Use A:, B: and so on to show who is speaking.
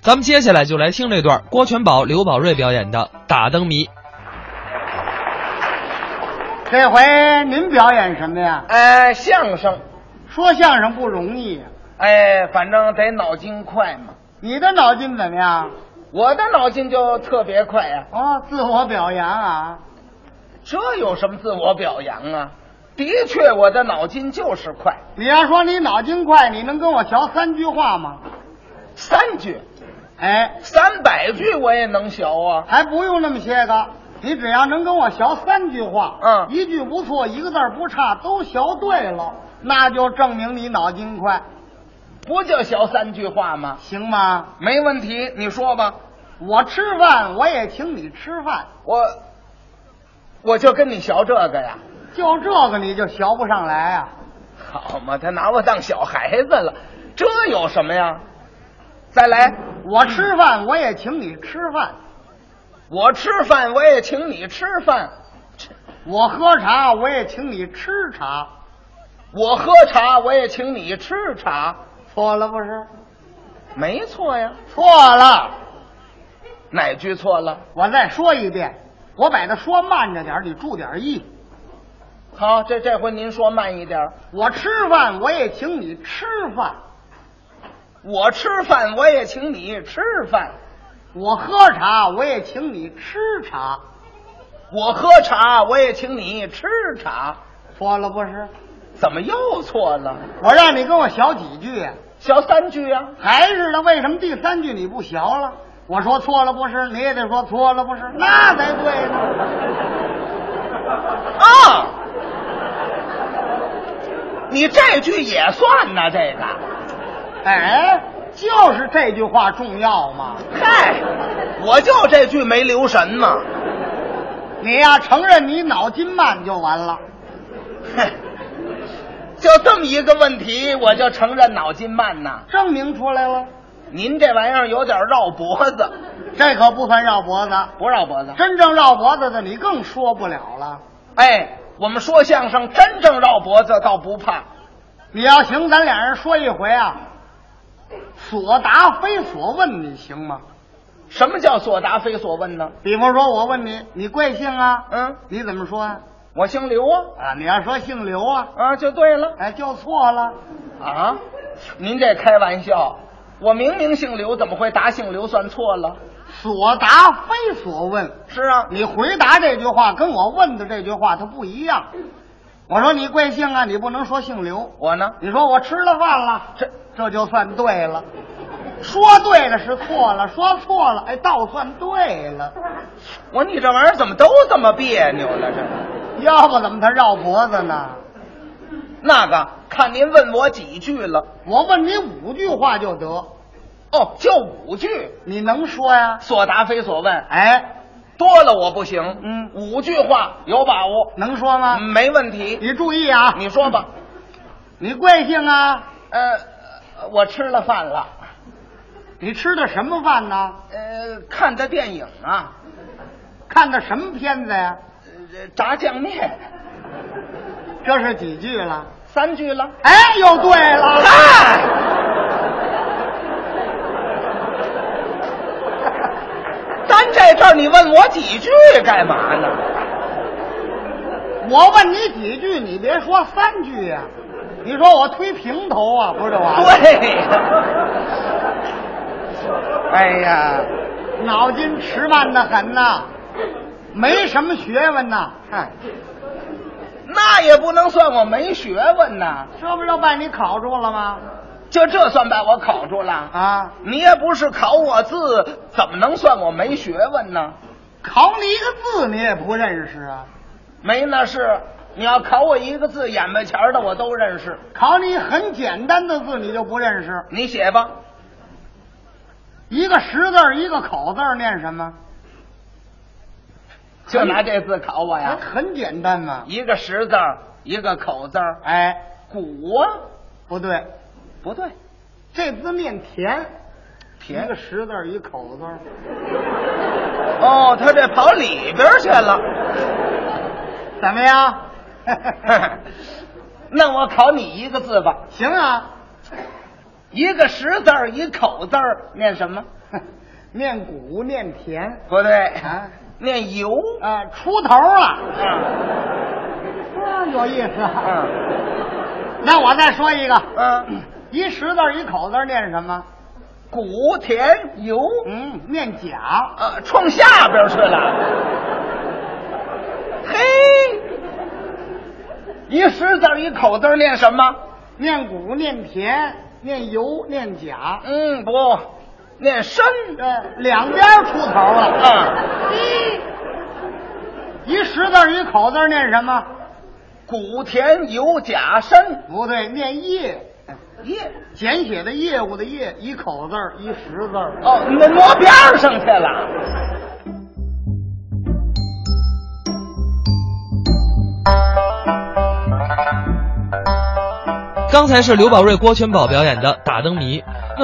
A: 咱们接下来就来听这段郭全宝、刘宝瑞表演的《打灯谜》。
B: 这回您表演什么呀？
C: 哎，相声，
B: 说相声不容易呀，啊
C: 哎，反正得脑筋快嘛。
B: 你的脑筋怎么样？
C: 我的脑筋就特别快呀、
B: 哦，自我表扬啊！
C: 这有什么自我表扬啊？的确，我的脑筋就是快，
B: 你要说你脑筋快，你能跟我调三句话吗？
C: 三句、
B: 哎，
C: 三百句我也能学啊。
B: 还不用那么些个，你只要能跟我学三句话，
C: 嗯
B: 一句不错，一个字儿不差，都学对了，那就证明你脑筋快，
C: 不就学三句话吗？
B: 行吗？
C: 没问题，你说吧。
B: 我吃饭我也请你吃饭，
C: 我我就跟你学这个呀，
B: 就这个你就学不上来啊？
C: 好嘛，他拿我当小孩子了，这有什么呀？再来，
B: 我吃饭我也请你吃饭，
C: 我吃饭我也请你吃饭，
B: 我喝茶我也请你吃茶，
C: 我喝茶我也请你吃茶，
B: 错了不是？
C: 没错呀。
B: 错了，
C: 哪句错了？
B: 我再说一遍，我把它说慢着点儿，你注点儿意。
C: 好，这这回您说慢一点。
B: 我吃饭我也请你吃饭，
C: 我吃饭我也请你吃饭，
B: 我喝茶我也请你吃茶，
C: 我喝茶我也请你吃茶，
B: 错了不是？
C: 怎么又错了？
B: 我让你跟我学几句呀，
C: 小三句啊呀、
B: 还是的，为什么第三句你不学了？我说错了不是，你也得说错了不是，那才对呢。
C: 啊！你这句也算呐，这个。
B: 哎，就是这句话重要嘛。
C: 嗨，我就这句没留神嘛。
B: 你呀、承认你脑筋慢就完了。
C: 哼， 就这么一个问题，我就承认脑筋慢呐。
B: 证明出来了，
C: 您这玩意儿有点绕脖子，
B: 这可不算绕脖子。
C: 不绕脖子。
B: 真正绕脖子的，你更说不了了。
C: 哎，我们说相声真正绕脖子倒不怕，
B: 你要行，咱俩人说一回啊，所答非所问，你行吗？
C: 什么叫所答非所问呢？
B: 比方说，我问你，你贵姓啊？
C: 嗯，
B: 你怎么说啊？
C: 我姓刘啊，
B: 啊，你要说姓刘啊，
C: 啊，就对了
B: 哎，就错了。
C: 啊。您这开玩笑，我明明姓刘，怎么会答姓刘算错了？
B: 所答非所问，
C: 是啊，
B: 你回答这句话跟我问的这句话它不一样。我说你贵姓啊？你不能说姓刘。
C: 我呢？
B: 你说我吃了饭了，
C: 这
B: 这就算对了。说对了是错了，说错了哎，倒算对了。
C: 我你这玩意儿怎么都这么别扭了？这
B: 要不怎么他绕脖子呢？
C: 那个，看您问我几句了？
B: 我问你五句话就得，
C: 哦，就五句，
B: 你能说呀？
C: 所答非所问，
B: 哎，
C: 多了我不行。
B: 嗯
C: 五句话有把握，
B: 能说吗？
C: 没问题。
B: 你注意啊，
C: 你说吧。
B: 你贵姓啊？
C: 呃，我吃了饭了，
B: 你吃的什么饭呢？
C: 呃，看的电影啊，
B: 看的什么片子呀？
C: 呃炸酱面，
B: 这是几句了？
C: 三句了。
B: 哎，又对了。
C: 啊嗨， 单这事儿你问我几句干嘛呢？
B: 我问你几句，你别说三句呀、你说我推平头啊，不是这玩意儿？
C: 对呀， 哎呀，
B: 对，脑筋迟慢的很呐、没什么学问呐、
C: 嗨，那也不能算我没学问呐，
B: 这不就把你考住了吗？
C: 就这算把我考住了啊！
B: 啊，
C: 你也不是考我字，怎么能算我没学问呢？
B: 考你一个字你也不认识啊，
C: 没那事，你要考我一个字，眼巴前儿的我都认识。
B: 考你很简单的字你就不认识，
C: 你写吧，
B: 一个十字儿一个口字儿念什么？
C: 就拿这字考我呀。
B: 很简单嘛。
C: 一个石字儿，一个口字儿，
B: 哎，
C: 古啊，
B: 不对，
C: 不对，
B: 这字念田，
C: 田
B: 一个十字儿一口字儿，
C: 哦，他这跑里边儿去了。
B: 怎么样？
C: 那我考你一个字吧，
B: 行啊。
C: 一个石字儿，一口字儿，念什么？
B: 念古念田
C: 不对
B: 啊
C: 念油
B: 啊，出头了，
C: 啊，
B: 啊，有意思。
C: 嗯
B: 那我再说一个，
C: 嗯，
B: 一石字儿一口字儿念什么？
C: 古田油
B: 嗯，念甲。
C: 啊，冲下边去了。嘿，一石字儿一口字儿念什么？
B: 念谷、念田、念油、念甲，
C: 嗯，不，念深
B: 呃，两边出头了。
C: 啊，
B: 一石字儿一口字儿念什么？
C: 古田油甲深
B: 不对，念业，
C: 耶。
B: 简写的业务的业，一口字儿一石字儿。
C: 哦，你挪边儿上去了。
A: 刚才是刘宝瑞、郭全宝表演的《打灯谜》。那